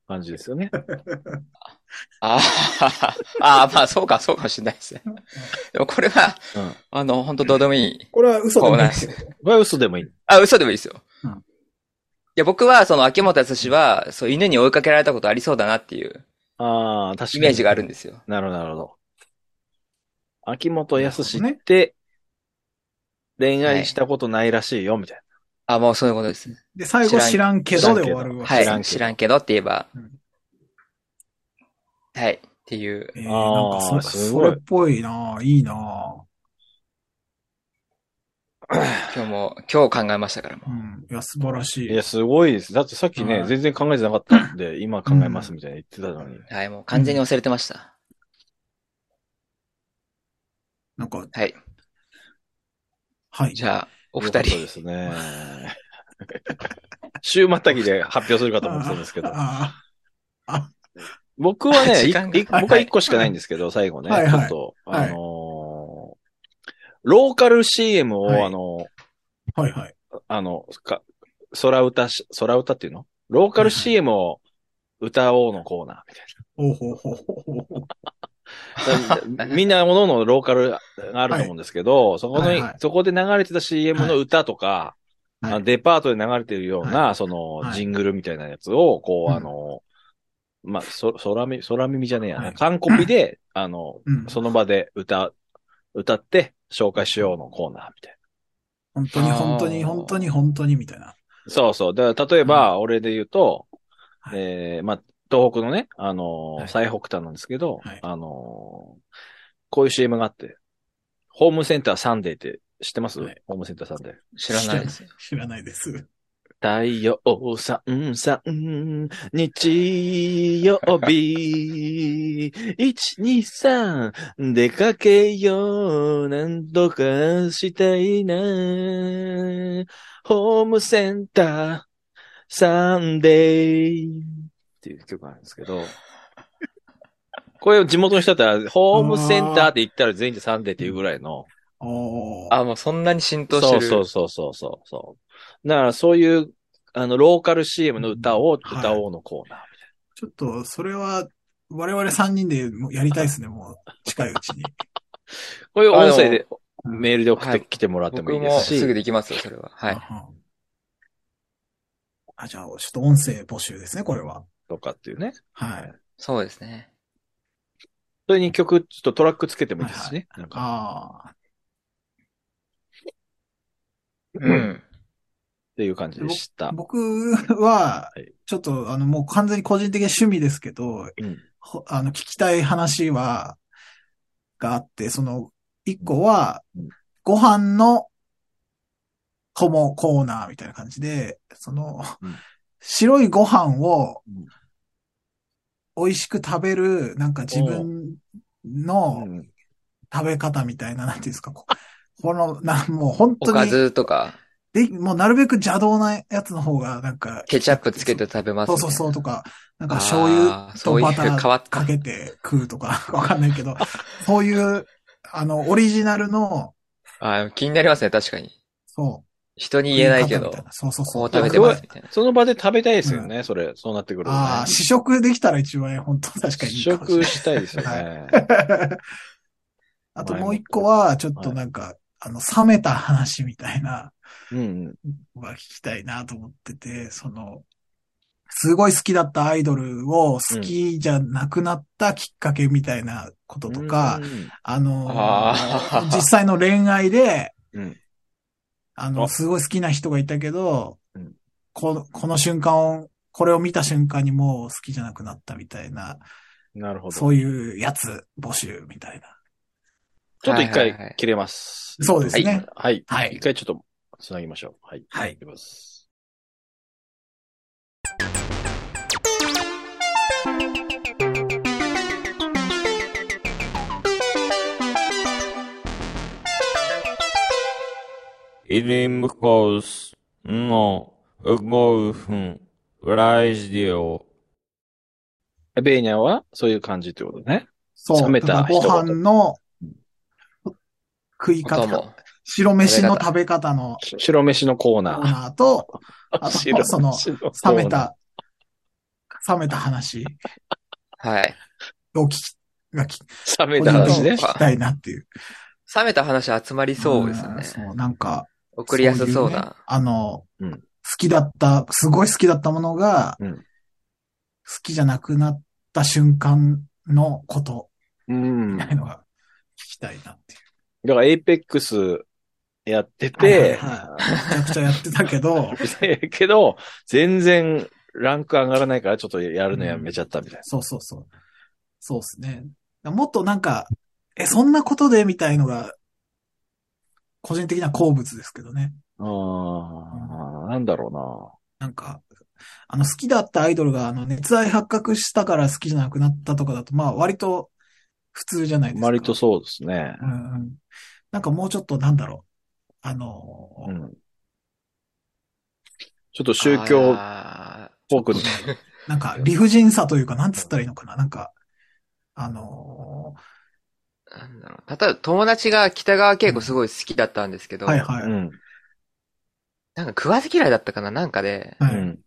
Speaker 2: 感じですよね。
Speaker 3: あー [LAUGHS] あー、まあそうか、そうかもしれないですね。でもこれは、
Speaker 2: うん。
Speaker 3: あの、本当どうでもいい。
Speaker 1: これは嘘で
Speaker 3: コー
Speaker 1: も
Speaker 3: ナ
Speaker 1: な
Speaker 3: ー
Speaker 1: い
Speaker 3: で
Speaker 1: です
Speaker 3: す
Speaker 1: よ。
Speaker 2: これは嘘でもいい。
Speaker 3: あ、嘘でもいいですよ。
Speaker 1: うん
Speaker 3: いや、僕は、その、秋元康は、そう、犬に追いかけられたことありそうだなっていう
Speaker 2: ああ、確かに。
Speaker 3: イメージがあるんですよ。
Speaker 2: なるほど、なるほど。秋元康って、恋愛したことないらしいよ、みたい
Speaker 3: あ、もうそういうことです。
Speaker 1: で、最後知
Speaker 3: 知
Speaker 1: らんけどで終わるわけ
Speaker 3: は
Speaker 1: で
Speaker 3: い。
Speaker 1: す
Speaker 3: 知
Speaker 2: 知
Speaker 1: ね。
Speaker 2: ら
Speaker 3: ら
Speaker 2: んけど
Speaker 3: んけどって言えば。
Speaker 1: うん
Speaker 3: はい。っていう。
Speaker 1: えーなんかそう
Speaker 2: あー
Speaker 1: か
Speaker 2: す
Speaker 1: そ
Speaker 2: ごい
Speaker 1: れっぽいなぁいいな
Speaker 3: 今日も、今日考えましたからも
Speaker 1: ぁうん。いや、素晴らし
Speaker 2: な。い
Speaker 1: い。
Speaker 2: や、すごいです。だってさっきね、
Speaker 1: はい
Speaker 2: 全然考えてなかったん
Speaker 3: [LAUGHS]
Speaker 2: で、今考えますみたいな言ってたのに。
Speaker 3: う。はい、もう完全に忘れてました。
Speaker 1: なんか、
Speaker 3: はい。
Speaker 1: はい。
Speaker 3: じゃあ、お
Speaker 2: よか
Speaker 3: 二
Speaker 2: った
Speaker 3: 人
Speaker 2: で。すね。週またぎで発表するかと思ってたんですけど。
Speaker 1: あ
Speaker 2: 僕は
Speaker 3: [LAUGHS]
Speaker 2: ね、い
Speaker 3: 時間が
Speaker 2: い僕は一個しかないんですけど、最後ね、
Speaker 1: は
Speaker 2: ち
Speaker 1: い
Speaker 2: ょ
Speaker 1: はい
Speaker 2: っと、
Speaker 1: は
Speaker 2: あ
Speaker 1: い
Speaker 2: のーローカル CM を、
Speaker 1: はい
Speaker 2: あのー
Speaker 1: ーはいはい。
Speaker 2: あの、か、空歌し、空歌っていうのローカル CM を歌おうのコーナーみたい
Speaker 1: おうほうほうほうほう。
Speaker 2: な。だ
Speaker 1: [LAUGHS]
Speaker 2: みんな、おののローカルがあると思うんですけど、そこの、
Speaker 1: はいはい
Speaker 2: そこで流れてた CM の歌とか、
Speaker 1: はい
Speaker 2: あのデパートで流れてるような、その、
Speaker 1: はい
Speaker 2: ジングルみたいなやつを、こう、
Speaker 1: うん
Speaker 2: あの、まあ、そ、空耳、空耳じゃねえやな。完コピで、あの、
Speaker 1: うん。
Speaker 2: その場で歌、歌って紹介しようのコーナーみたいな。
Speaker 1: 本当に
Speaker 3: あー
Speaker 1: 本当に本当に本当にみたいな。
Speaker 2: そうそう。だから例えば、俺で言うと、
Speaker 1: はい
Speaker 2: えー、まあ、東北のね、あの
Speaker 1: は
Speaker 2: ー、
Speaker 1: い
Speaker 2: 最北端なんですけど
Speaker 1: はい、
Speaker 2: あのー、こういう CM があって、ホームセンターサンデーって知ってます
Speaker 1: はい
Speaker 2: ホームセンターサンデー。
Speaker 3: 知らない
Speaker 1: [LAUGHS]
Speaker 3: です。
Speaker 1: 知らないです。
Speaker 2: 太陽さんさん、日曜日、一二三出かけよう、なんとかしたいな。ホームセンター、サンデーっていう曲があるんですけど、これを地元の人だったら、ホームセンターって言ったら全員でサンデーっていうぐらいの、
Speaker 1: おー
Speaker 3: あ、もうそんなに浸透してる。
Speaker 2: そうそうそうそうそう。だからそういう、あの、ローカル CM の歌を
Speaker 1: はい
Speaker 2: 歌おうのコーナーみ
Speaker 1: ちょっと、それは、我々3人でもうやりたいですね、もう、近いうち [LAUGHS] に。
Speaker 2: たいな。こういう音声で、
Speaker 1: あの
Speaker 2: メールで送っ
Speaker 3: は
Speaker 2: て
Speaker 3: い
Speaker 2: きてもらっても
Speaker 3: 僕
Speaker 2: いいで
Speaker 3: も
Speaker 2: すし。
Speaker 3: すぐできますよ、それは。はい。
Speaker 1: うんあ、じゃあ、ちょっと音声募集ですね、これは。
Speaker 2: とかっていうね。
Speaker 1: はい。
Speaker 3: そうですね。
Speaker 2: それに曲、ちょっとトラックつけてもいいですしね。なんか、
Speaker 1: ああ。
Speaker 3: うん。
Speaker 2: っていう感じでした。
Speaker 1: 僕は
Speaker 2: はい、
Speaker 1: ちょっと、あの、もう完全に個人的な趣味ですけど、
Speaker 2: うん
Speaker 1: ほあの、聞きたい話は、があって、その、一個は
Speaker 2: うん、
Speaker 1: ご飯の、こもコーナーみたいな感じで、その、
Speaker 2: うん
Speaker 1: 白いご飯を
Speaker 2: うん、
Speaker 1: 美味しく食べる、なんか自分の
Speaker 2: うん
Speaker 1: 食べ方みたいな、なんていうんですか、ここの、な、もう本
Speaker 3: お
Speaker 1: 当に
Speaker 3: か、ずとか、
Speaker 1: で、もうなるべく邪道なやつの方が、なんか、
Speaker 3: ケチャップつけて食べます
Speaker 1: そ
Speaker 3: み
Speaker 1: う
Speaker 3: たい
Speaker 1: そ
Speaker 3: な。
Speaker 1: うそうとか、なんか
Speaker 3: あー
Speaker 1: 醤油
Speaker 3: そ
Speaker 1: と
Speaker 3: ういう
Speaker 1: バタ
Speaker 3: 変
Speaker 1: ー
Speaker 3: わっ
Speaker 1: か
Speaker 3: た。
Speaker 1: けて食うとか、 [LAUGHS] わかんないけど、そういう、あの、オリジナルの、
Speaker 3: あ気になりますね、確かに。
Speaker 1: そ
Speaker 3: 人に
Speaker 1: う。
Speaker 3: 言えないけど
Speaker 1: 食い方みた、な。そうそう
Speaker 3: こ
Speaker 1: そうう。
Speaker 3: 食べてますみたいな。
Speaker 2: その場で食べたいですよね。それ、そうなってくるとね。
Speaker 1: ああ、試食できたら一番本当確かにい
Speaker 2: 試
Speaker 1: いかもし
Speaker 2: 食
Speaker 1: れない。
Speaker 2: したいですよ
Speaker 1: は
Speaker 2: ね。
Speaker 1: あともう一個は、ちょっとなんか、あの、冷めた話みたいな、
Speaker 2: うんうん。
Speaker 1: は聞きたいなと思ってて、その、すごい好きだったアイドルを好きじゃなくなったきっかけみたいなこととか、
Speaker 2: うん
Speaker 1: あのー
Speaker 3: あー
Speaker 1: 実際の恋愛で、
Speaker 2: うん
Speaker 1: あ
Speaker 2: あ
Speaker 1: の、すごい好きな人がいたけど、
Speaker 2: うん
Speaker 1: このこの瞬間を、これを見た瞬間にもう好きじゃなくなったみたいな、
Speaker 2: なるほど。
Speaker 1: そういうやつ募集みたいな。
Speaker 2: ちょっと一
Speaker 3: はいはいは
Speaker 2: 回
Speaker 3: い
Speaker 2: 切れます。
Speaker 1: そうですね。
Speaker 2: はい。
Speaker 1: はい
Speaker 2: 一回ちょっと繋ぎましょう。はい。
Speaker 1: はい
Speaker 2: きます。
Speaker 5: Ilim Coast no Golfen Radio
Speaker 2: ベーニャはそういう感じってことね。
Speaker 1: そう。
Speaker 2: 冷めた
Speaker 1: だからご
Speaker 2: 人
Speaker 1: 飯の食
Speaker 3: [LAUGHS]
Speaker 1: い
Speaker 3: 音
Speaker 1: 方、
Speaker 3: も。
Speaker 1: 白飯の食べ方の
Speaker 2: 白飯のコー
Speaker 1: コー
Speaker 2: ナ
Speaker 1: ナーと、
Speaker 2: ー。
Speaker 1: あと
Speaker 2: 白飯
Speaker 1: その
Speaker 2: コーナー
Speaker 1: 冷め。た、冷めた話
Speaker 3: はい。
Speaker 1: を聞き、が聞き
Speaker 2: 冷めた話ね
Speaker 1: 聞。きたいなっていう。
Speaker 3: 冷めた話集まりそうで
Speaker 1: ん
Speaker 3: すね。
Speaker 1: そう、なんか、
Speaker 3: 送りやすそう
Speaker 1: いね
Speaker 3: な。
Speaker 1: あの、
Speaker 2: うん
Speaker 1: 好きだった、すごい好きだったものが、
Speaker 2: うん
Speaker 1: 好きじゃなくなった瞬間のこと、
Speaker 2: うん。
Speaker 1: み
Speaker 2: だ
Speaker 1: たいのが聞きたいなっていう。
Speaker 2: からエイペックスやって
Speaker 1: はい
Speaker 2: て、
Speaker 1: はいめちゃくちゃやってた
Speaker 2: [LAUGHS]
Speaker 1: けど、
Speaker 2: けど、全然ランク上がらないからちょっとやるのやめちゃったみたいな。
Speaker 1: そうそうそう。そうですね。もっとなんか、え、そんなことでみたいのが、個人的な好物ですけどね。
Speaker 2: ああ、なんだろ
Speaker 1: なんか、あの、好きだったアイドルが、あの、熱愛発覚したから好きじゃなくなったとかだと、まあ、割と、普通じゃないうです
Speaker 2: な。
Speaker 1: か。
Speaker 2: 割とそうですね。
Speaker 1: うんうんなんかもうちょっとなんだろう。あのー
Speaker 2: うん。ちょっと宗教っ
Speaker 3: あ
Speaker 2: ぽく、
Speaker 1: なんか理不尽さというか、なんつったらいいのかな。なんか、あの
Speaker 3: ーなんだろう。例えば友達が北川景子すごい好きだったんですけ
Speaker 1: ー
Speaker 3: ど、
Speaker 1: はい
Speaker 3: なんか
Speaker 1: は
Speaker 2: う
Speaker 1: い。
Speaker 2: ん。
Speaker 3: 食わず嫌いだったかななんかで、
Speaker 2: う
Speaker 1: はい。
Speaker 2: ん。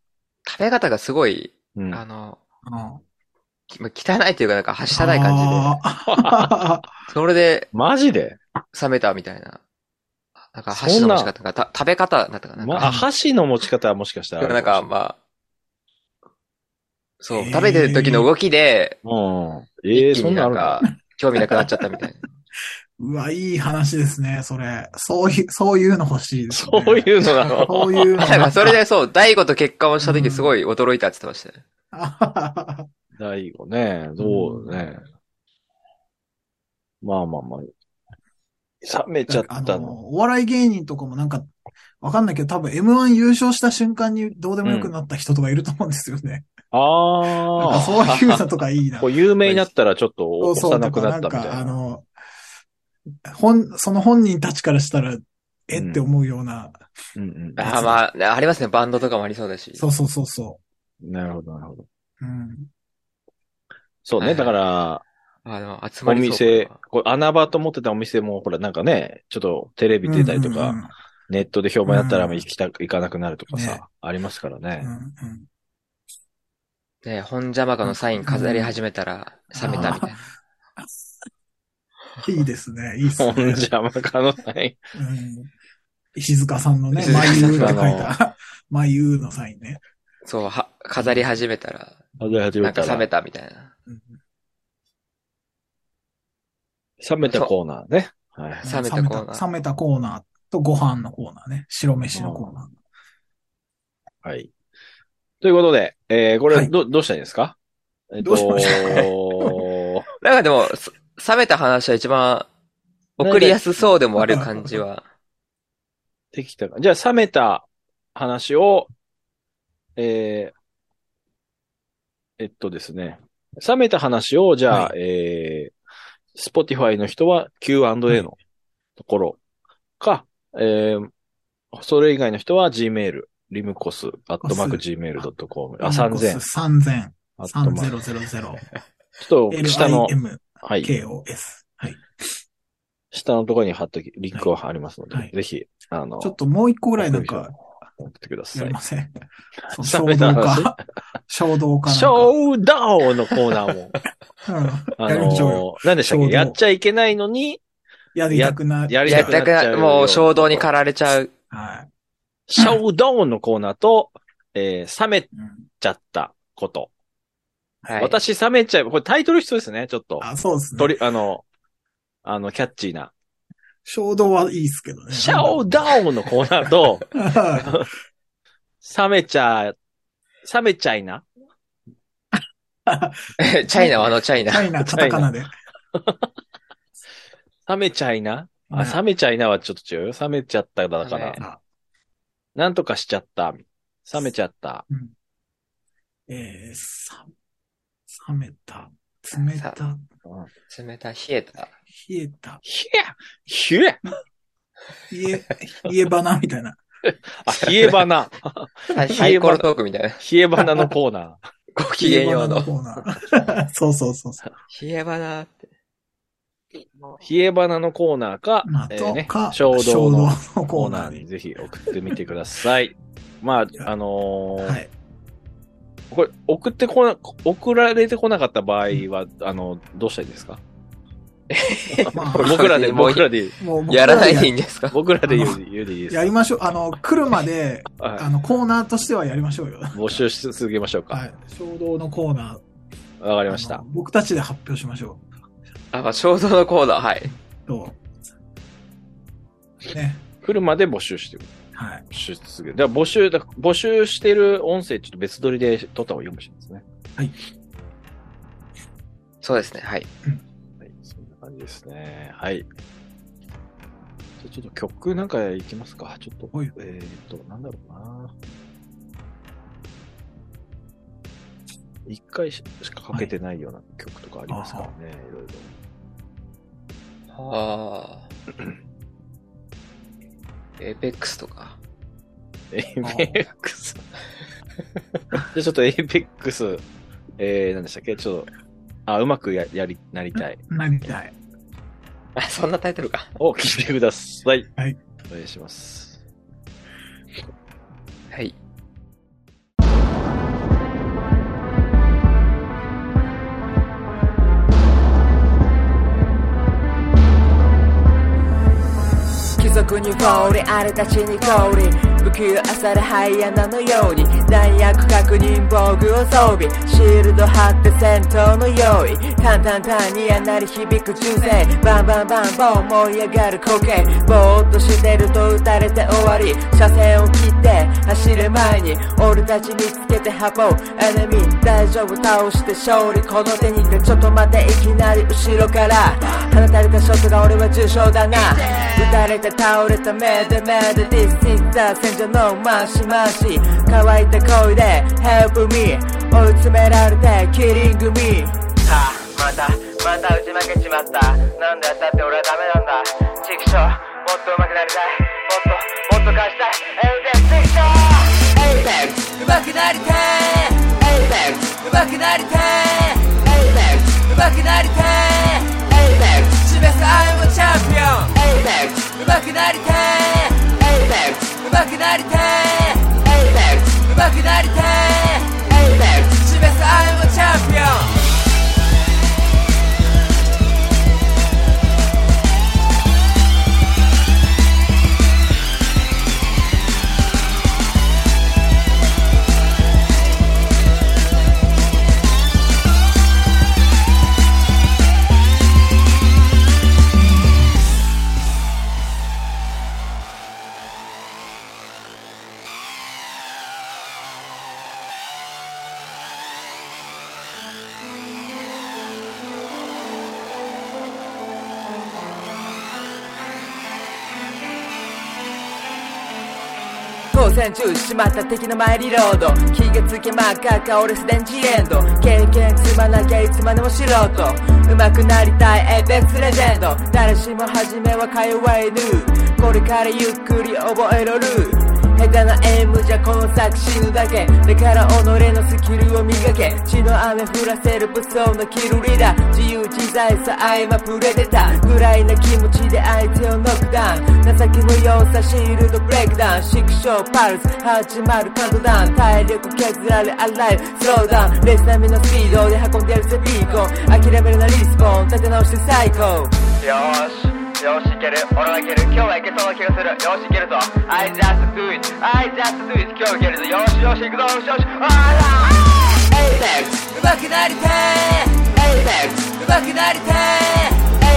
Speaker 3: 食べ方がすごい、
Speaker 2: うん。
Speaker 3: あの、
Speaker 1: うん
Speaker 3: きま汚いというかなんかはしたない感じで、
Speaker 1: あ
Speaker 3: それで
Speaker 2: マジで
Speaker 3: 冷めたみたいな。なんか
Speaker 2: そんな
Speaker 3: 箸の持ち方がた食べ方だったかな。
Speaker 2: まあ、箸の持ち方はもしかしたらあ
Speaker 3: で
Speaker 2: る
Speaker 3: も
Speaker 2: か
Speaker 3: な
Speaker 2: も
Speaker 3: ん
Speaker 2: しれない。
Speaker 3: か、まあ、そ
Speaker 1: へ
Speaker 3: う、
Speaker 1: ー
Speaker 3: 食べてる時の動きで、
Speaker 2: うん。ええ
Speaker 3: 一気
Speaker 2: そん
Speaker 3: に
Speaker 2: な
Speaker 3: なん
Speaker 2: んあ
Speaker 3: か、興味なくなっちゃったみたいな。
Speaker 1: [LAUGHS] うわ、いい話ですね、それ。そういう、そういうの欲しいで
Speaker 2: る
Speaker 1: す、
Speaker 2: そ
Speaker 1: ね。
Speaker 2: ういうのな [LAUGHS]
Speaker 1: そ
Speaker 2: の。
Speaker 1: ういうの。 [LAUGHS]
Speaker 3: はいまあそれでそう、大悟と結婚した時すごい驚いたって言ってましたね。
Speaker 2: 大悟ね、どうね。まあまあまあ。冷 [LAUGHS] めちゃっ
Speaker 1: あ
Speaker 2: た
Speaker 1: の、
Speaker 2: の。
Speaker 1: お笑い芸人とかもなんか、わかんないけど、多分 M1 優勝した瞬間にどうでもよくなった人とかいると思うんですよね。なんか
Speaker 2: あ
Speaker 1: そういうのとかいいな。
Speaker 2: あ。こう有名になったらちょっと
Speaker 1: そうそう
Speaker 2: 幼くなった
Speaker 1: と
Speaker 2: みた
Speaker 1: か
Speaker 2: い
Speaker 1: な
Speaker 2: な。
Speaker 1: んか、あの、本、その本人たちからしたら、えって思うような、
Speaker 2: うんうん。
Speaker 3: ああまあね、ありますね。バンドとかもありそうだし。
Speaker 1: そうそうそうそ
Speaker 2: なるほど、なるほど。
Speaker 1: う。うん。
Speaker 2: そう
Speaker 3: は
Speaker 2: ね。
Speaker 3: いは
Speaker 2: だ
Speaker 3: い
Speaker 2: から、
Speaker 3: あの、集
Speaker 2: お
Speaker 3: まりそう
Speaker 2: 店
Speaker 3: か、
Speaker 2: こう穴場と思ってたお店も、ほら、なんかね、ちょっとテレビ出たりと
Speaker 1: うん
Speaker 2: か、ネットで評判やったら
Speaker 1: うん
Speaker 2: 行きたく、行かなくなるとか
Speaker 1: ね
Speaker 2: さ、ありますから
Speaker 1: うんうん
Speaker 2: ね。
Speaker 1: うんうん
Speaker 3: な。ね、本邪魔かのサイン飾り始めたら、冷めたみたいな。
Speaker 1: いいですね、いいっす
Speaker 2: ほ [LAUGHS]
Speaker 1: ね。
Speaker 2: んじゃ、まかの
Speaker 1: [LAUGHS]
Speaker 2: ない。
Speaker 1: うん石塚さんのね、
Speaker 3: 石塚さ
Speaker 1: マイ
Speaker 3: ん
Speaker 1: ユ
Speaker 3: の
Speaker 1: ーって書いた、 [LAUGHS] マイユーのサインね。
Speaker 3: そう、は、飾り始めたら、
Speaker 2: 始め始
Speaker 3: な
Speaker 2: め
Speaker 3: んか
Speaker 2: たら
Speaker 3: 冷めたみたいな。
Speaker 1: うん
Speaker 2: 冷めたコーナーね。はい。
Speaker 3: 冷めたコーナー
Speaker 1: 冷めたコーナーとご飯のコーナーね。白飯のコーナー。
Speaker 2: はい。ということで、えー、こ
Speaker 1: は
Speaker 2: れ、
Speaker 1: い
Speaker 2: ど、どうしたらいいですかえっ
Speaker 1: どうしまし
Speaker 2: [LAUGHS]
Speaker 1: [LAUGHS]
Speaker 2: と、
Speaker 3: なんかでも、す冷めた話は一番、送りやすそうでもある感じは。
Speaker 2: できたか。じゃあ、冷めた話を、えー、えっとですね。冷めた話を、じゃあ、
Speaker 1: は
Speaker 2: えー、Spotify の人は Q&A のところか、えー、それ以外の人は Gmail、リムコス、アットマーク Gmail.com、あ、3000、
Speaker 1: 3000。
Speaker 2: アットマーク。
Speaker 1: 3000。
Speaker 2: ちょっと、下の、
Speaker 1: LIMKOS。
Speaker 2: はい。
Speaker 1: はい。
Speaker 2: 下のところに貼っとき、リンクを貼りますので、
Speaker 1: はい
Speaker 2: ぜひ、あの、
Speaker 1: ちょっともう一個ぐらいなんか、
Speaker 2: 送ってくださ
Speaker 1: や
Speaker 2: い
Speaker 1: りま。せん。そう
Speaker 2: 冷め
Speaker 1: 衝
Speaker 2: た
Speaker 1: 動
Speaker 2: 話
Speaker 1: か。 [LAUGHS] 衝動かなん
Speaker 2: シ
Speaker 1: か。
Speaker 2: ョーダウンのコーナーも。
Speaker 1: うん。
Speaker 2: あ
Speaker 1: [LAUGHS] やりましょうよ。
Speaker 2: のー、何でしたっ
Speaker 1: 衝
Speaker 2: け
Speaker 1: 動
Speaker 2: やっちゃいけないのに、
Speaker 1: やりたくな
Speaker 2: やりた
Speaker 3: やっ
Speaker 2: くなっ
Speaker 3: たく
Speaker 2: ちゃ
Speaker 3: な、
Speaker 2: う。
Speaker 3: もう衝動に駆られちゃう。
Speaker 1: は
Speaker 2: ショーダウンのコーナーと、 [LAUGHS] えー、冷め
Speaker 1: い。うん
Speaker 2: ちゃったこと。
Speaker 3: はい。
Speaker 2: 私冷めちゃう。これタイトル必要ですね、ちょっと。
Speaker 1: あ、そうですね。
Speaker 2: 鳥、あの、あの、キャッチーな。
Speaker 1: 衝動はいいっすけどね。
Speaker 2: シャオダウンのコーナーと、 [LAUGHS]
Speaker 1: [LAUGHS] ー
Speaker 2: 冷めちゃ、冷めちゃいな。
Speaker 3: [LAUGHS] チャイナはあのチャイ
Speaker 1: チ
Speaker 3: ナ。
Speaker 1: ャイナ、カタカナで。
Speaker 2: 冷めちゃいな。あ、
Speaker 1: ね
Speaker 2: 冷めちゃいなはちょっと違うよ。冷めちゃっただか
Speaker 3: は
Speaker 2: ら
Speaker 3: い。
Speaker 1: あ
Speaker 2: なんとかしちゃった。冷めちゃった。
Speaker 1: うんえー、さ、冷めた、冷た、
Speaker 3: 冷た、冷えた。
Speaker 1: 冷えた、
Speaker 2: ひえひえ
Speaker 1: 冷え、冷え花みた
Speaker 2: [LAUGHS]
Speaker 1: いな。
Speaker 2: あ、冷え花な。
Speaker 3: サイコロトークみたいな。
Speaker 2: 冷え花のコーナ
Speaker 3: ご機嫌用の
Speaker 1: 冷。え花のコーナー。 [LAUGHS] そうそうそうそう。
Speaker 3: 冷え花って。
Speaker 2: ー。冷え花のコーナーか、
Speaker 1: まあ、
Speaker 2: えー
Speaker 1: と
Speaker 2: ね
Speaker 1: か、、
Speaker 2: 衝動の
Speaker 1: の
Speaker 2: コ
Speaker 1: コ
Speaker 2: ー
Speaker 1: ー
Speaker 2: ナ
Speaker 1: ナ
Speaker 2: ー
Speaker 1: ー
Speaker 2: にぜひ送ってみてください。まあ、あの
Speaker 1: に。
Speaker 2: ー
Speaker 1: はい。
Speaker 2: これ、送ってこな、送られてこなかった場合は、あの、どうしたらいいですか [LAUGHS]
Speaker 1: ま
Speaker 3: これ
Speaker 2: 僕らで、
Speaker 3: もう
Speaker 2: 僕らで、
Speaker 1: あ、もう、
Speaker 3: やらないでいいん
Speaker 1: で。
Speaker 3: ですか
Speaker 2: 僕らで言
Speaker 1: あ
Speaker 2: う言うでいいです
Speaker 1: やりましょう。あの、来るまで、
Speaker 2: かはい
Speaker 1: あの、コーナーとしてはやりましょうよ。
Speaker 2: 募集し続けましょうか。わ、
Speaker 1: はい。衝動のコーナー。わ
Speaker 2: かりました。。
Speaker 1: 僕たちで発表しましょ
Speaker 3: あ、まあ、衝動のコーナー、はい。
Speaker 1: う。どうね。
Speaker 2: 来るまで募集してる。
Speaker 1: はい。
Speaker 2: 募集し続ける。じゃあ募集、だ募集してる音声、ちょっと別撮りで撮った方がいいかもしれないですね。
Speaker 3: そうですね、はい。
Speaker 2: はい、そんな感じですね。はい。じゃあちょっと曲なんかいきますか。ちょっと、
Speaker 1: はい
Speaker 2: えー、っと、なんだろうな。一回ししかかけてないような曲とかありますからね、い、ろいろ。
Speaker 3: ああ。エーペックスとか。
Speaker 2: エイペックス。 [LAUGHS] じゃあちょっとエイペックス、えー、何でしたっけちょっと、あ、うまくややり、なりたい。
Speaker 1: なりたい。
Speaker 3: あ、そんなタイトルか。
Speaker 2: を聞いてください。
Speaker 1: はい。
Speaker 2: お願いします。
Speaker 3: はい。
Speaker 4: 貴族に降り、あれたちに降り不器用朝でハイアナのように弾薬確認防具を装備シールド張って戦闘の用意タンタンタンにやなり響く銃声バンバンバンバン燃え上がる光景ぼーっとしてると撃たれて終わり車線を切って走る前に俺たち見つけて運ぼうエネミー大丈夫倒して勝利この手にてちょっと待っていきなり後ろから放たれたショットが俺は重傷だな撃たれて倒れた目で目で This is the 戦場のマシマシ乾いた恋で Help me 追い詰められて Killing me あまたまた打ち負けちまったなんでやったって俺はダメなんだチクショーもっと上手くなりたいもっともっと返したいエイペックチクショーエイペックス上手くなりたいエイペックス上手くなりたいエイペックス上手くなりたいエイペックス示す I'm a champion エイペックス上手くなりたいエイペックス上手くなりたいエイペックス上手くなりたいエイペックス示す I'm a champion 当選中しまった敵のマイリロード気がつけ真っ赤か俺すでにジエンド経験積まなきゃいつまでも素人上手くなりたいエイペックスレジェンド誰しも初めはか弱い犬これからゆっくり覚えろる下手なエイムじゃこの先死ぬだけだから己のスキルを磨け血の雨降らせる武装のキルリラ自由自在さ合間プレデターぐらいな気持ちで相手をノックダウン情けの良さシールドブレイクダウン縮小パルス始まるカウントダウン体力削られアライブスローダウンレス並みのスピードで運んでやるぜビーコン諦めるなリスポン立て直して最高
Speaker 6: よーし、よしいける、俺はいける、今日はいけそうな気がする、よしいけるぞ、I just do it, I just do it, 今日いけるぞ、よしよしいくぞ、よしよし、あら
Speaker 4: エイペックス上手くなりたいエイペックス上手くなりた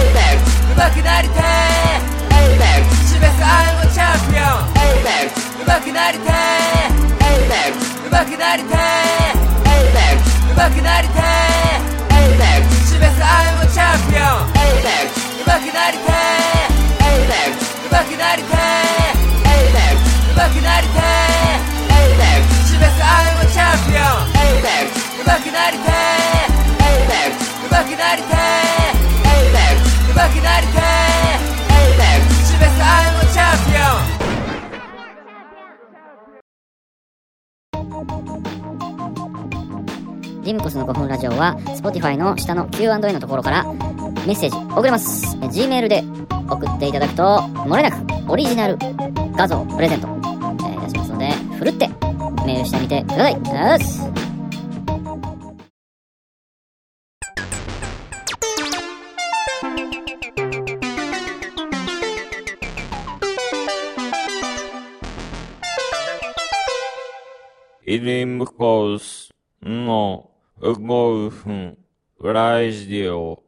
Speaker 4: いエイペックス上手くなりたいエイペックス示す I'm a champion エイペックス上手くなりたいエイペックス上手くなりたいエイペックス上手くなりたいエイペックス示す I'm a champion エイペックス上手くなりたいエイペックス上手くなりたいエイペックス上手くなりたいエイペックス示す I'm a champion エイペックス上手くなりたいエイペックス上手くなりたいエイペックス上手くなりたいエイペックス示す I'm a champion
Speaker 7: リムコスの5分ラジオは Spotify の下の Q&A のところからメッセージ送れますえ G メールで送っていただくともれなくオリジナル画像をプレゼントえーいたしますのでふるってメールしてみてくださいよし
Speaker 5: イリムコスの5分ラジオ。